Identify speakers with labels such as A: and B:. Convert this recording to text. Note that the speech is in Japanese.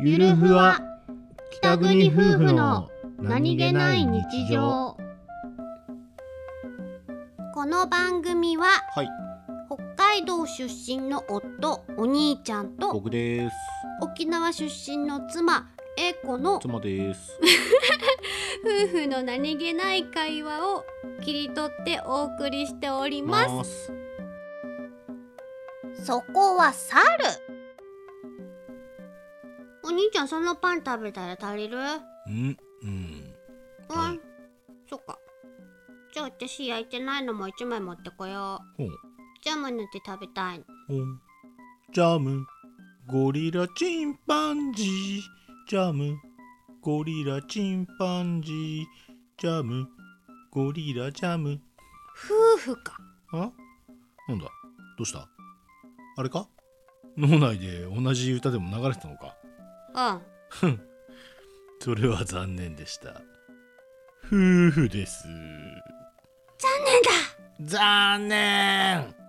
A: ゆるふわ北国夫婦の
B: この番組は
A: はい
B: 北海道出身の夫お兄ちゃんと
A: 僕です
B: 沖縄出身の妻英子の夫
A: 妻です
B: 婦の何気ない会話を切り取ってお送りしております
A: す
B: そこは猿お兄ちゃんそのパン食べたら足りる
A: うんうん
B: うん、
A: はい
B: そっかじゃあ私焼いてないのも一枚持ってこよう
A: ほう
B: ジャム塗って食べたいの
A: ほうジャムゴリラチンパンジージャムゴリラチンパンジージャムゴリラジャム
B: 夫婦か
A: あなんだどうしたあれか脳内で同じ歌でも流れてたのか
B: うん
A: それは残念でした夫婦です
B: 残念だ
A: 残念